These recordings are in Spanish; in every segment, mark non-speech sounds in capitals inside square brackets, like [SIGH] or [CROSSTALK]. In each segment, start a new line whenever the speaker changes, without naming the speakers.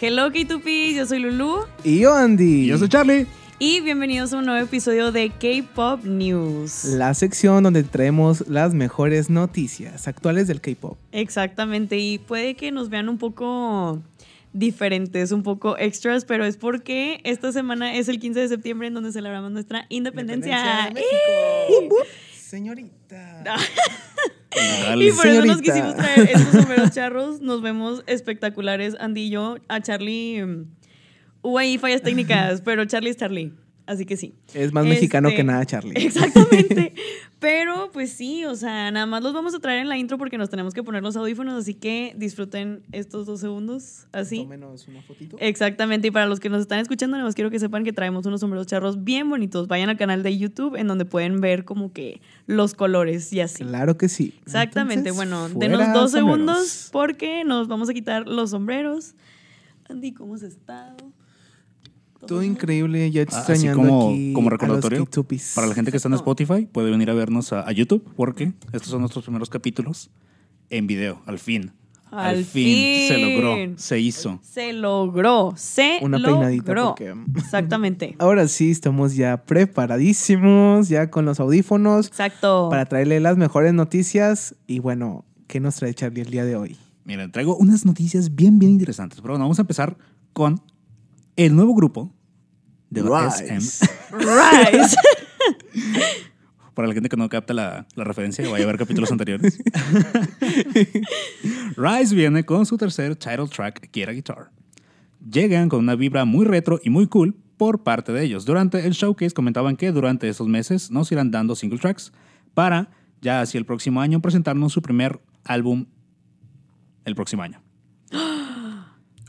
Hello K2P, yo soy Lulu
Y yo, Andy.
Y yo soy Charlie.
y bienvenidos a un nuevo episodio de K-Pop News.
La sección donde traemos las mejores noticias actuales del K-pop.
Exactamente, y puede que nos vean un poco diferentes, un poco extras, pero es porque esta semana es el 15 de septiembre en donde celebramos nuestra independencia.
México. Señorita.
Y
Dale.
por eso nos
Señorita.
quisimos traer
[LAUGHS]
estos sombreros charros. Nos vemos espectaculares, Andy y yo. A Charlie, mm, hubo ahí fallas técnicas, pero Charlie es Charlie. Así que sí.
Es más mexicano
Este,
que nada, Charlie.
Exactamente. Pero pues sí, o sea, nada más los vamos a traer en la intro porque nos tenemos que poner los audífonos, así que disfruten estos dos segundos. Así.
Tómenos una fotito.
Exactamente, y para los que nos están escuchando, nada más quiero que sepan que traemos unos sombreros charros bien bonitos. Vayan al canal de YouTube en donde pueden ver como que los colores y así.
Claro que sí.
Exactamente,
Entonces,
bueno,
fuera
denos dos
sombreros.
segundos porque nos vamos a quitar los sombreros. Andy, ¿cómo has estado?
Todo increíble, ya
Ah, Así
extrañañando
como,
aquí
como
a los
recordatorio,
K2Ps.
para la gente que está en
Exacto.
Spotify, puede venir a vernos a, a YouTube porque estos son nuestros primeros capítulos en video, al fin.
Al
se
fin.
logró, se hizo.
Se logró, se
Una
Eh, logró.
peinadita porque... [LAUGHS]
Exactamente.
Ahora sí, estamos ya preparadísimos, ya con los audífonos,
Exacto.
para traerle las mejores noticias. Y bueno, ¿qué nos trae Charlie el día de hoy?
Miren, traigo unas noticias bien, bien interesantes. Pero bueno, vamos a empezar con el nuevo grupo de la
Rise.
SM.
Rise.
Para la gente que no capta la, la referencia, vaya a ver capítulos anteriores. Rise viene con su tercer title track, Quiera Guitar. Llegan con una vibra muy retro y muy cool por parte de ellos. Durante el showcase comentaban que durante estos meses nos irán dando single tracks para ya hacia el próximo año presentarnos su primer álbum el próximo año.
[LAUGHS]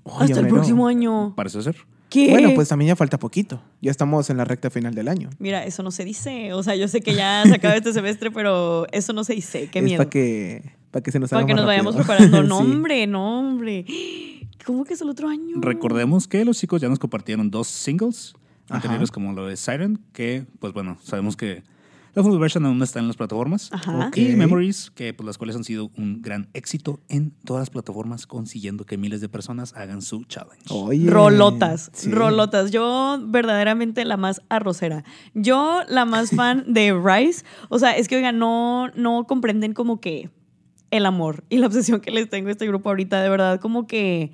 Oye,
Hasta el
mero.
próximo año.
Parece ser.
¿Qué?
Bueno, pues también ya falta poquito. Ya estamos en la recta final del año.
Mira, eso no se dice. O sea, yo sé que ya se acaba este semestre, pero eso no se dice. Qué
es
miedo.
para que, para que se nos
Para
haga
que
más
nos vayamos
rápido.
preparando.
[LAUGHS] Sí.
No, hombre, no, hombre. ¿Cómo que es el otro año?
Recordemos que los chicos ya nos compartieron dos singles
Ajá.
anteriores como lo de Siren, que pues bueno, sabemos que la full version aún no está en las plataformas.
Ajá.
Ok.
Y Memories, que pues las cuales han sido un gran éxito en todas las plataformas, consiguiendo que miles de personas hagan su challenge.
Oye,
Rolotas,
sí.
rolotas. Yo verdaderamente la más arrocera. Yo la
[LAUGHS]
más fan de Rice. O sea, es que, oigan, no, no comprenden como que el amor y la obsesión que les tengo a este grupo ahorita. De verdad, como que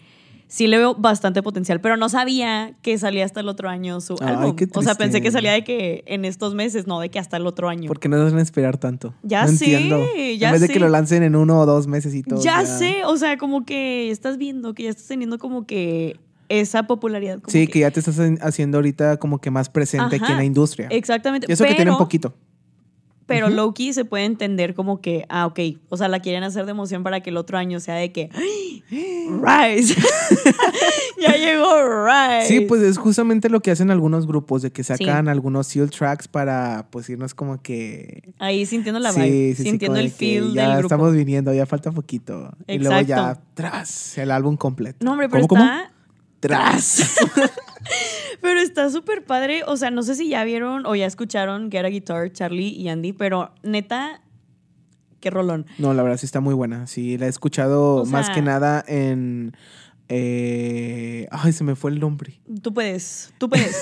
sí le veo bastante potencial, pero no sabía que salía hasta el otro año su
Ay,
álbum.
qué
O sea,
triste.
pensé que salía de que en estos meses, no, de que hasta el otro año.
¿Por qué nos van a esperar tanto?
Ya
no
sé,
entiendo.
ya
en vez
sé.
de que lo lancen en uno o dos meses y todo.
ya, sé, o sea, como que estás viendo que ya estás teniendo como que esa popularidad. como
Sí, que ya te estás en- haciendo ahorita como que más presente aquí
Ajá,
en la industria.
Exactamente.
Y eso que tienen
pero-
poquito.
Pero
Ujú.
Loki se puede entender como que, ah, ok, o sea, la quieren hacer de emoción para que el otro año sea de que, [GASPS] ¡ay! Rise. [LAUGHS] ya llegó Rise.
Sí, pues es justamente lo que hacen algunos grupos, de que sacan
Sí.
algunos seal tracks para pues irnos como que...
Ahí sintiendo la
Sí,
vibe,
sí, sí,
sintiendo
como
el
de que
feel
ya
del grupo.
estamos viniendo, ya falta poquito. Y luego
Exacto.
ya, tras, el álbum completo.
No, hombre, pero
¿Cómo, cómo?
está...
Tras.
Pero está súper padre. O sea, no sé si ya vieron o ya escucharon Get a Guitar, Charlie y Andy, pero neta, qué rolón.
[LAUGHS] No, la verdad sí está muy buena. Sí, la he escuchado
O
más
sea-
que nada en... eh, Ay, se me fue el nombre.
Tú puedes, tú
[LAUGHS]
puedes.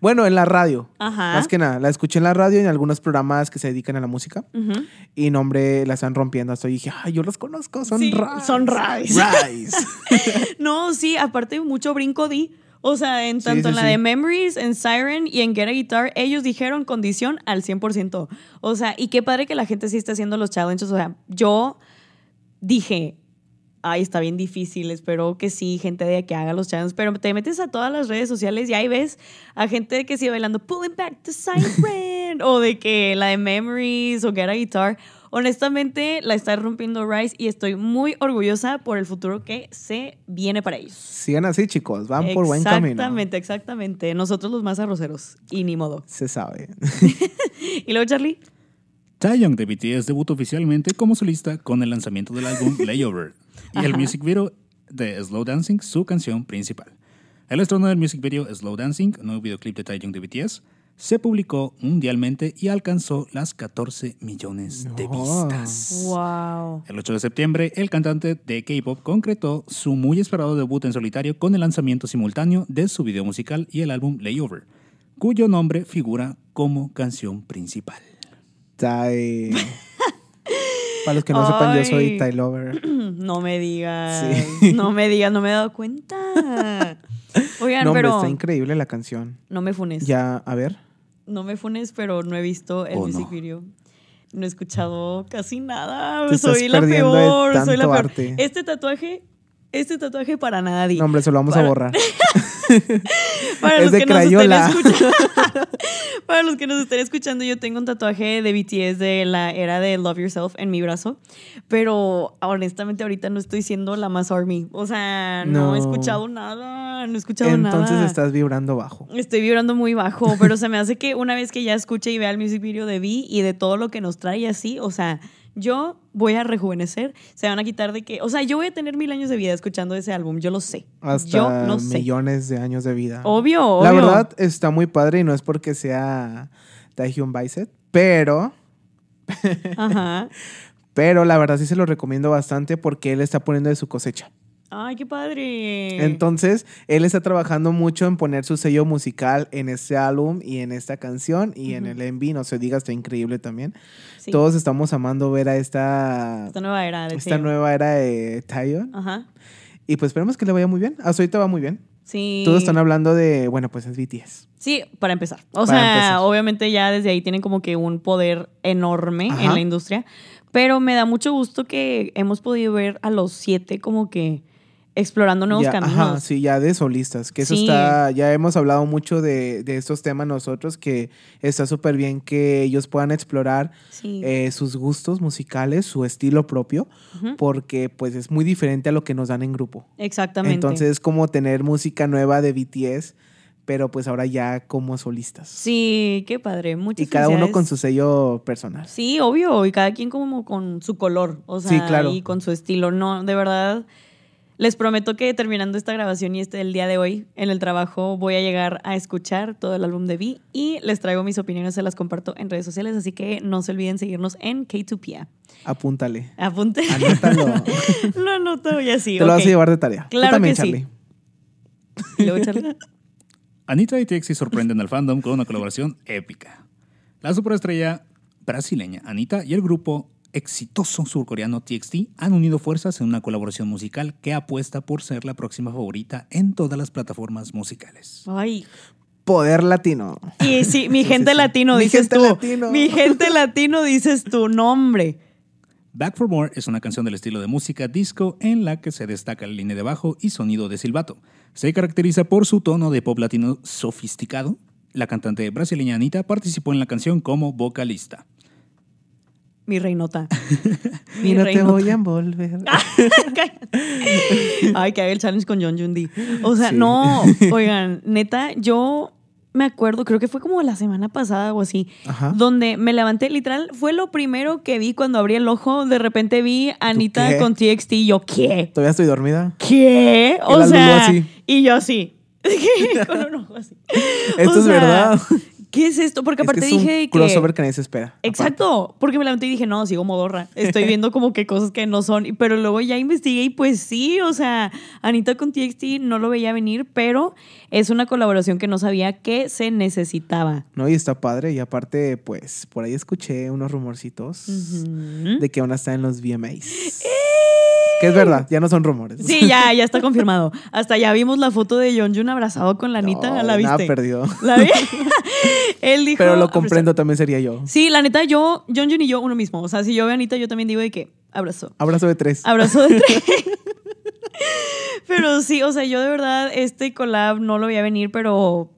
Bueno, en la radio.
Ajá.
Más que nada, la escuché en la radio y en algunos programas que se dedican a la música.
Ujú.
Y nombre, la están rompiendo. Hasta dije, ay, yo los conozco, son
Sí,
Rise.
son Rise.
Rise.
[LAUGHS] No, sí, aparte mucho brinco di. O sea, en
Sí,
tanto
sí,
en la
sí.
de Memories, en Siren y en Get a Guitar, ellos dijeron condición al 100%. O sea, y qué padre que la gente sí está haciendo los challenges. O sea, yo dije, ay, está bien difícil, espero que sí, gente de que haga los challenges. Pero te metes a todas las redes sociales y ahí ves a gente que sigue bailando Pulling Back the Siren [LAUGHS] o de que la de Memories o Get a Guitar. Honestamente, la está rompiendo Rice y estoy muy orgullosa por el futuro que se viene para ellos.
Sigan así, chicos. Van por buen camino.
Exactamente, exactamente. Nosotros los más arroceros. Y ni modo.
Se sabe. [LAUGHS]
Y luego, Charlie.
Taeyong de BTS debutó oficialmente como solista con el lanzamiento del álbum Layover y el
Ajá.
music video de Slow Dancing, su canción principal. El estreno del music video Slow Dancing, nuevo videoclip de Taeyong de BTS, se publicó mundialmente y alcanzó las 14 millones de
No.
vistas.
Wow.
El 8 de septiembre, el cantante de K-pop concretó su muy esperado debut en solitario con el lanzamiento simultáneo de su video musical y el álbum Layover, cuyo nombre figura como canción principal.
[LAUGHS]
Tai. eh, Para los que no sepan, yo soy
Ay.
Tai Lover.
[CLEARS THROAT] No me digas.
Sí.
No me digas, no me he dado
[LAUGHS]
cuenta. Oigan,
No, hombre,
pero
está increíble la canción.
no me funes.
Ya, a ver.
No me funes, pero no he visto el
Oh, no.
music video. No he escuchado casi nada.
Te estás
soy la
perdiendo de
peor, soy la
tanto
peor.
arte.
Este tatuaje, este tatuaje para nada di.
No, hombre, se lo vamos
Para- [LAUGHS]
a borrar.
para
es
los
de
que nos estén
Crayola. [LAUGHS]
escuchando. para los que nos estén escuchando, yo tengo un tatuaje de BTS de la era de Love Yourself en mi brazo, pero honestamente ahorita no estoy siendo la más army. O sea, no,
No.
he escuchado nada, no he escuchado nada.
Entonces estás vibrando bajo.
Estoy vibrando muy bajo, [LAUGHS] pero se me hace que una vez que ya escuche y vea el music video de Vi y de todo lo que nos trae así, o sea, yo voy a rejuvenecer, se van a quitar de que, o sea, yo voy a tener mil años de vida escuchando ese álbum, yo lo sé.
Hasta
yo no sé.
millones de años de vida.
Obvio, obvio.
La verdad está muy padre y no es porque sea Taehyung Bicep, pero,
Ajá.
pero la verdad sí se lo recomiendo bastante porque él está poniendo de su cosecha.
Ay, qué padre.
Entonces, él está trabajando mucho en poner su sello musical en este álbum y en esta canción y en el MV, no se diga, está increíble también.
Sí,
Todos estamos amando ver a esta,
esta nueva Ah. era de
esta
Taeyeon.
nueva era de Taeyeon
Ajá.
y pues esperemos que le vaya muy bien. Hasta ahorita va muy bien.
Sí.
Todos están hablando de, bueno, pues es BTS.
Sí, para empezar. O
Para
sea,
empezar.
obviamente ya desde ahí tienen como que un poder enorme en
Ajá.
la industria. Pero me da mucho gusto que hemos podido ver a los siete como que explorando nuevos
Ya,
caminos.
Ajá, sí, ya de solistas, que eso
Sí.
está, ya hemos hablado mucho de, de estos temas nosotros, que está súper bien que ellos puedan explorar
Sí.
eh, sus gustos musicales, su estilo propio,
Ujú.
porque pues es muy diferente a lo que nos dan en grupo.
Exactamente.
Entonces es como tener música nueva de BTS, pero pues ahora ya como solistas.
Sí, qué padre. Muchas
y cada uno con
felicidades.
su sello personal.
Sí, obvio, y cada quien como con su color, o sea,
Sí, claro.
y con su estilo. No, de verdad, les prometo que terminando esta grabación y este el día de hoy en el trabajo voy a llegar a escuchar todo el álbum de Vi y les traigo mis opiniones, se las comparto en redes sociales, así que no se olviden seguirnos en K2Pia.
Apúntale.
Apunte. [LAUGHS]
Anótalo.
Lo anoto y así.
Ah, Te lo
ok.
vas a llevar de tarea. Tú
Claro
también,
que sí.
Charlie.
Y luego, Charlie.
Anita y TXT sorprenden al fandom con una colaboración épica. La superestrella brasileña Anita y el grupo exitoso surcoreano TXT han unido fuerzas en una colaboración musical que apuesta por ser la próxima favorita en todas las plataformas musicales.
Ay,
Poder latino.
Y sí, mi
Sí,
gente
sí, sí.
latino,
Mi
dices
gente
tú.
latino.
Mi gente latino, dices tu nombre.
Back for More es una canción del estilo de música disco en la que se destaca la línea de bajo y sonido de silbato. Se caracteriza por su tono de pop latino sofisticado. La cantante brasileña Anita participó en la canción como vocalista.
Mi
[LAUGHS]
reinota.
Y no te
reinota.
voy a envolver.
Ah. [LAUGHS] Cállate. Ay, que haga el challenge con John Jundi. O sea,
Sí. [LAUGHS]
no, oigan, neta, yo me acuerdo, creo que fue como la semana pasada o así,
Ajá.
donde me levanté, literal, fue lo primero que vi cuando abrí el ojo, de repente vi a Anita
qué?
con TXT y yo, ¿qué?
Todavía estoy dormida.
¿Qué? O
la Lulú
sea,
así.
y yo así. [LAUGHS] con un ojo así.
Esto es verdad. Este
¿Qué es esto? Porque aparte
es que es
dije
un
que...
crossover que nadie se espera.
Exacto, porque me levanté y dije, no, sigo modorra,
[LAUGHS]
estoy viendo como que cosas que no son, Y- pero luego ya investigué y pues sí, o sea, Anita con TXT no lo veía venir, pero es una colaboración que no sabía que se necesitaba.
Aparte. No, y está padre. Y aparte, pues, por ahí escuché unos rumorcitos
Ujú.
de que aún está en los VMAs. que es verdad, ya no son rumores.
¡Eh! Sí, ya, ya está confirmado. Hasta ya vimos la foto de Yeonjun abrazado con la Anita,
No,
¿la
de
viste?
nada perdido.
¿La
[LAUGHS]
vi? Él dijo...
Pero lo comprendo, también sería yo.
Sí, la neta, yo, Yeonjun y yo, uno mismo, o sea, si yo veo a Anita, yo también digo de que abrazó.
Abrazo de tres.
Abrazo de tres. [LAUGHS] pero sí, o sea, yo de verdad este collab no lo voy a venir, pero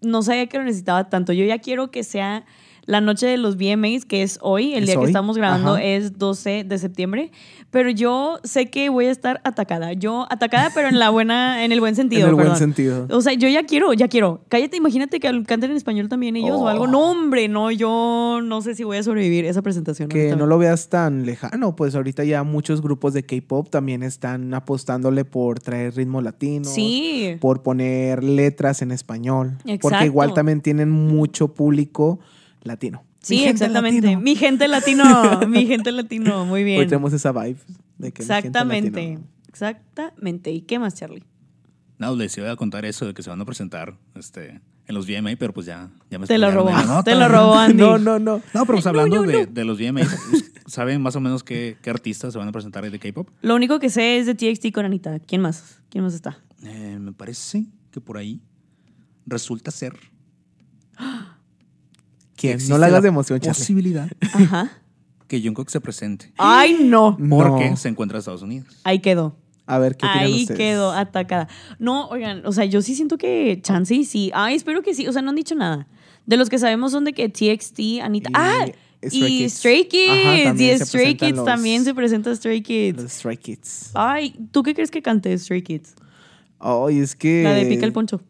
no sabía que lo necesitaba tanto. Yo ya quiero que sea la noche de los VMAs, que es hoy, el
¿Es
día
hoy?
que estamos grabando
Ajá.
es 12 de septiembre, pero yo sé que voy a estar atacada. Yo atacada, pero en la buena en el buen sentido,
[LAUGHS] En el buen
perdón.
sentido.
O sea, yo ya quiero, ya quiero. Cállate, imagínate que canten en español también ellos
Oh.
o algo. No, hombre, no, yo no sé si voy a sobrevivir esa presentación.
que no
honestamente.
lo veas tan lejano, pues ahorita ya muchos grupos de K-pop también están apostándole por traer ritmo latino,
Sí.
por poner letras en español, porque
Exacto.
igual también tienen mucho público latino. Mi
Sí,
gente
exactamente.
latino.
Mi gente
[LAUGHS]
latino, mi gente latino, muy bien.
Hoy tenemos esa vibe de que mi gente
Exactamente,
latino.
exactamente. ¿Y qué más, Charlie?
No, les iba a contar eso de que se van a presentar este, en los VMA, pero pues ya, ya me
Te lo
spoilearon
robó,
la nota.
te lo robó Andy.
[LAUGHS] No, no, no.
No, pero pues
No,
hablando
yo
de,
no.
de los VMAs, ¿saben más o menos qué, qué artistas se van a presentar ahí de K-pop?
Lo único que sé es de TXT con Anita. ¿Quién más? ¿Quién más está?
Eh, me parece que por ahí resulta ser. que
¿Quién?
existe
No la hagas de emoción, Charlie.
posibilidad
[LAUGHS]
Ajá.
que Jungkook se presente
Ay, no.
No.
porque se encuentra en Estados Unidos.
Ahí quedó.
A ver qué opinan
Ahí
ustedes?
quedó atacada. No, oigan, o sea, yo sí siento que Chance y sí. Ay, espero que sí. O sea, no han dicho nada. De los que sabemos son de que TXT, Anita.
Y
ah,
Stray
y
Kids.
Stray Kids.
Ajá, también
y
se
Stray
presentan
Kids
los-
también se presenta Stray Kids.
Los Stray Kids.
Ay, ¿tú qué crees que cante Stray Kids?
Ay, es que.
La de Pica el Poncho.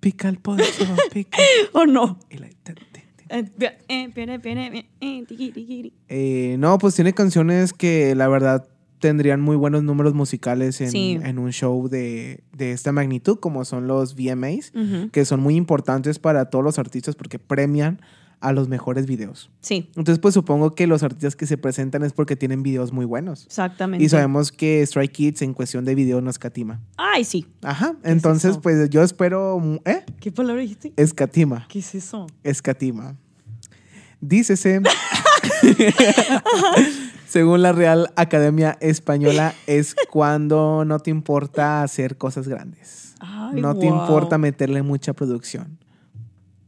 Pica el poncho, [LAUGHS] pica.
[LAUGHS] ¿O no?
y la- te- te- te-
Eh, eh, pere, pere, eh, tiqui, tiqui.
Eh, no, pues tiene canciones que la verdad tendrían muy buenos números musicales en,
Sí.
en un show de, de esta magnitud, como son los VMAs,
Ujú.
que son muy importantes para todos los artistas porque premian a los mejores videos.
Sí,
Entonces, pues supongo que los artistas que se presentan es porque tienen videos muy buenos.
exactamente.
Y sabemos que Stray Kids en cuestión de video no escatima.
Ay, sí.
Ajá,
es
entonces
eso?
pues yo espero... ¿Eh?
¿Qué palabra dijiste?
Escatima,
¿Qué es eso?
escatima. Dícese... [LAUGHS] Según la Real Academia Española, es cuando no te importa hacer cosas grandes.
Ay,
no te
wow.
importa meterle mucha producción.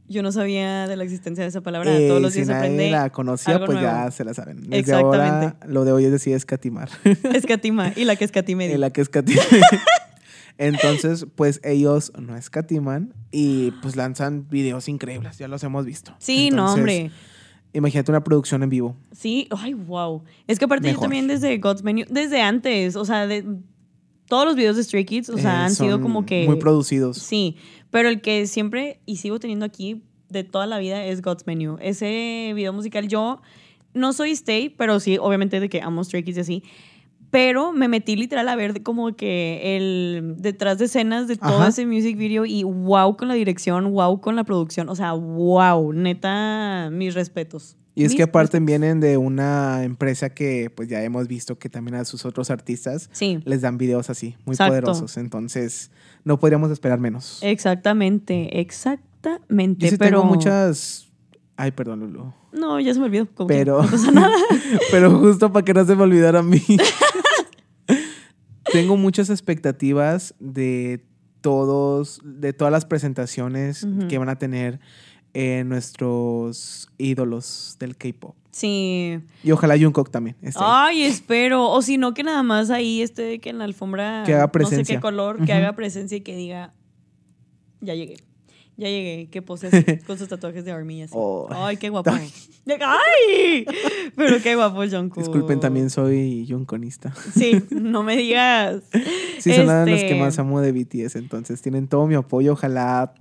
Yo no sabía de la existencia de esa palabra.
Eh,
Todos los
si
días
nadie
aprendí.
la conocía,
algo
pues ya
nuevo.
se la saben. Desde ahora,
Exactamente.
lo de hoy es decir escatimar.
[LAUGHS] Escatima. Y la que escatime. di.
en la
[LAUGHS]
que escatima. Entonces, pues ellos no escatiman y pues lanzan videos increíbles, ya los hemos visto.
Sí, no,
Entonces,
hombre.
Imagínate una producción en vivo.
Sí, ay, wow. Es que aparte
Mejor.
yo también desde God's Menu, desde antes, o sea, de, todos los videos de Stray Kids, o sea,
Eh,
han sido
son
como que...
Muy producidos.
Sí, pero el que siempre y sigo teniendo aquí de toda la vida es God's Menu. Ese video musical, yo no soy Stay, pero sí, obviamente de que amo Stray Kids y así. Pero me metí literal a ver de como que el detrás de escenas de todo
Ajá.
ese music video y wow con la dirección, wow con la producción. O sea, wow, neta, mis respetos.
Y es
Mis
que aparte
respetos.
vienen de una empresa que pues ya hemos visto que también a sus otros artistas
Sí.
les dan videos así, muy
Exacto.
poderosos. Entonces, no podríamos esperar menos.
Exactamente, exactamente.
Yo sí
pero
tengo muchas... Ay, perdón, Lulu.
No, ya se me olvidó. como que
Pero...
no pasa nada.
[LAUGHS] pero justo para que no se me olvidara a mí. [LAUGHS] tengo muchas expectativas de todos, de todas las presentaciones
Ujú.
que van a tener eh, nuestros ídolos del K-pop.
Sí.
Y ojalá Jungkook también. esté ahí.
Ay, espero. O si no, que nada más ahí esté que en la alfombra.
Que haga
No sé
presencia.
qué color,
Ujú.
que haga presencia y que diga. Ya llegué. Ya llegué. Que pose
[LAUGHS]
así, con sus tatuajes de Army y así.
Oh.
Ay, qué guapo. [LAUGHS] ¡Ay! Pero qué guapo, Jungkook.
Disculpen, también soy yunconista.
Sí, no me digas.
Sí, son las- las
Este-
que más amo de BTS, entonces tienen todo mi apoyo. Ojalá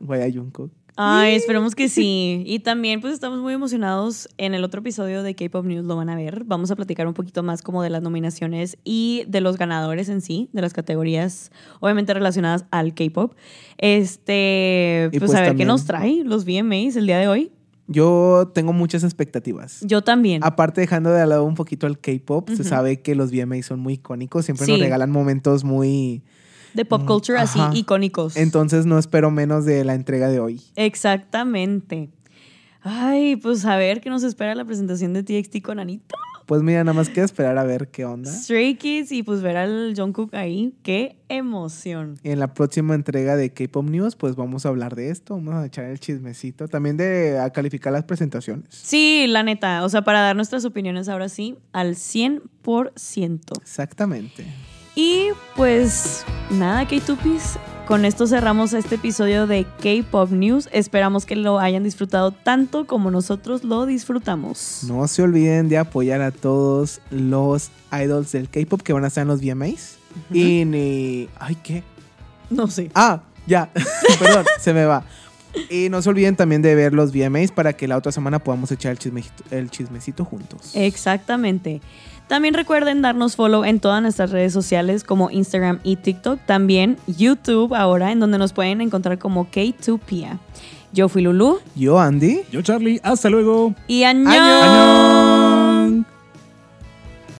vaya Jungkook.
Ay, esperemos que sí. Y también pues estamos muy emocionados. En el otro episodio de K-Pop News lo van a ver. Vamos a platicar un poquito más como de las nominaciones y de los ganadores en sí, de las categorías obviamente relacionadas al K-Pop. Este,
Y
pues,
pues
a ver qué
también-
nos trae los VMAs el día de hoy.
Yo tengo muchas expectativas.
Yo también.
Aparte, dejando de lado un poquito el K-pop, se
Ujú.
sabe que los VMAs son muy icónicos, siempre
Sí.
nos regalan momentos muy.
De pop
Mm,
culture así,
ajá.
icónicos.
Entonces, no espero menos de la entrega de hoy.
Exactamente. Ay, pues a ver qué nos espera la presentación de TXT con Anita.
Pues mira, nada más que esperar a ver qué onda.
Stray Kids y pues ver al Jungkook ahí, qué emoción.
En la próxima entrega de K-Pop News, pues vamos a hablar de esto, vamos a echar el chismecito, también de a calificar las presentaciones.
Sí, la neta, o sea, para dar nuestras opiniones ahora sí al 100%.
Exactamente.
Y pues nada, K-Tupis, Con esto cerramos este episodio de K-Pop News. Esperamos que lo hayan disfrutado tanto como nosotros lo disfrutamos.
No se olviden de apoyar a todos los idols del K-pop que van a estar en los VMAs. Y ni. Ay, ¿qué?
No sé.
Ah, ya. [LAUGHS] Perdón, se me va. Y no se olviden también de ver los VMAs para que la otra semana podamos echar el, chismejito- el chismecito juntos.
Eh. Exactamente. También recuerden darnos follow en todas nuestras redes sociales como Instagram y TikTok. También YouTube ahora, en donde nos pueden encontrar como K2Pia. Yo fui Lulu
Yo, Andy.
Yo, Charlie, hasta luego.
y
¡Añón!
año.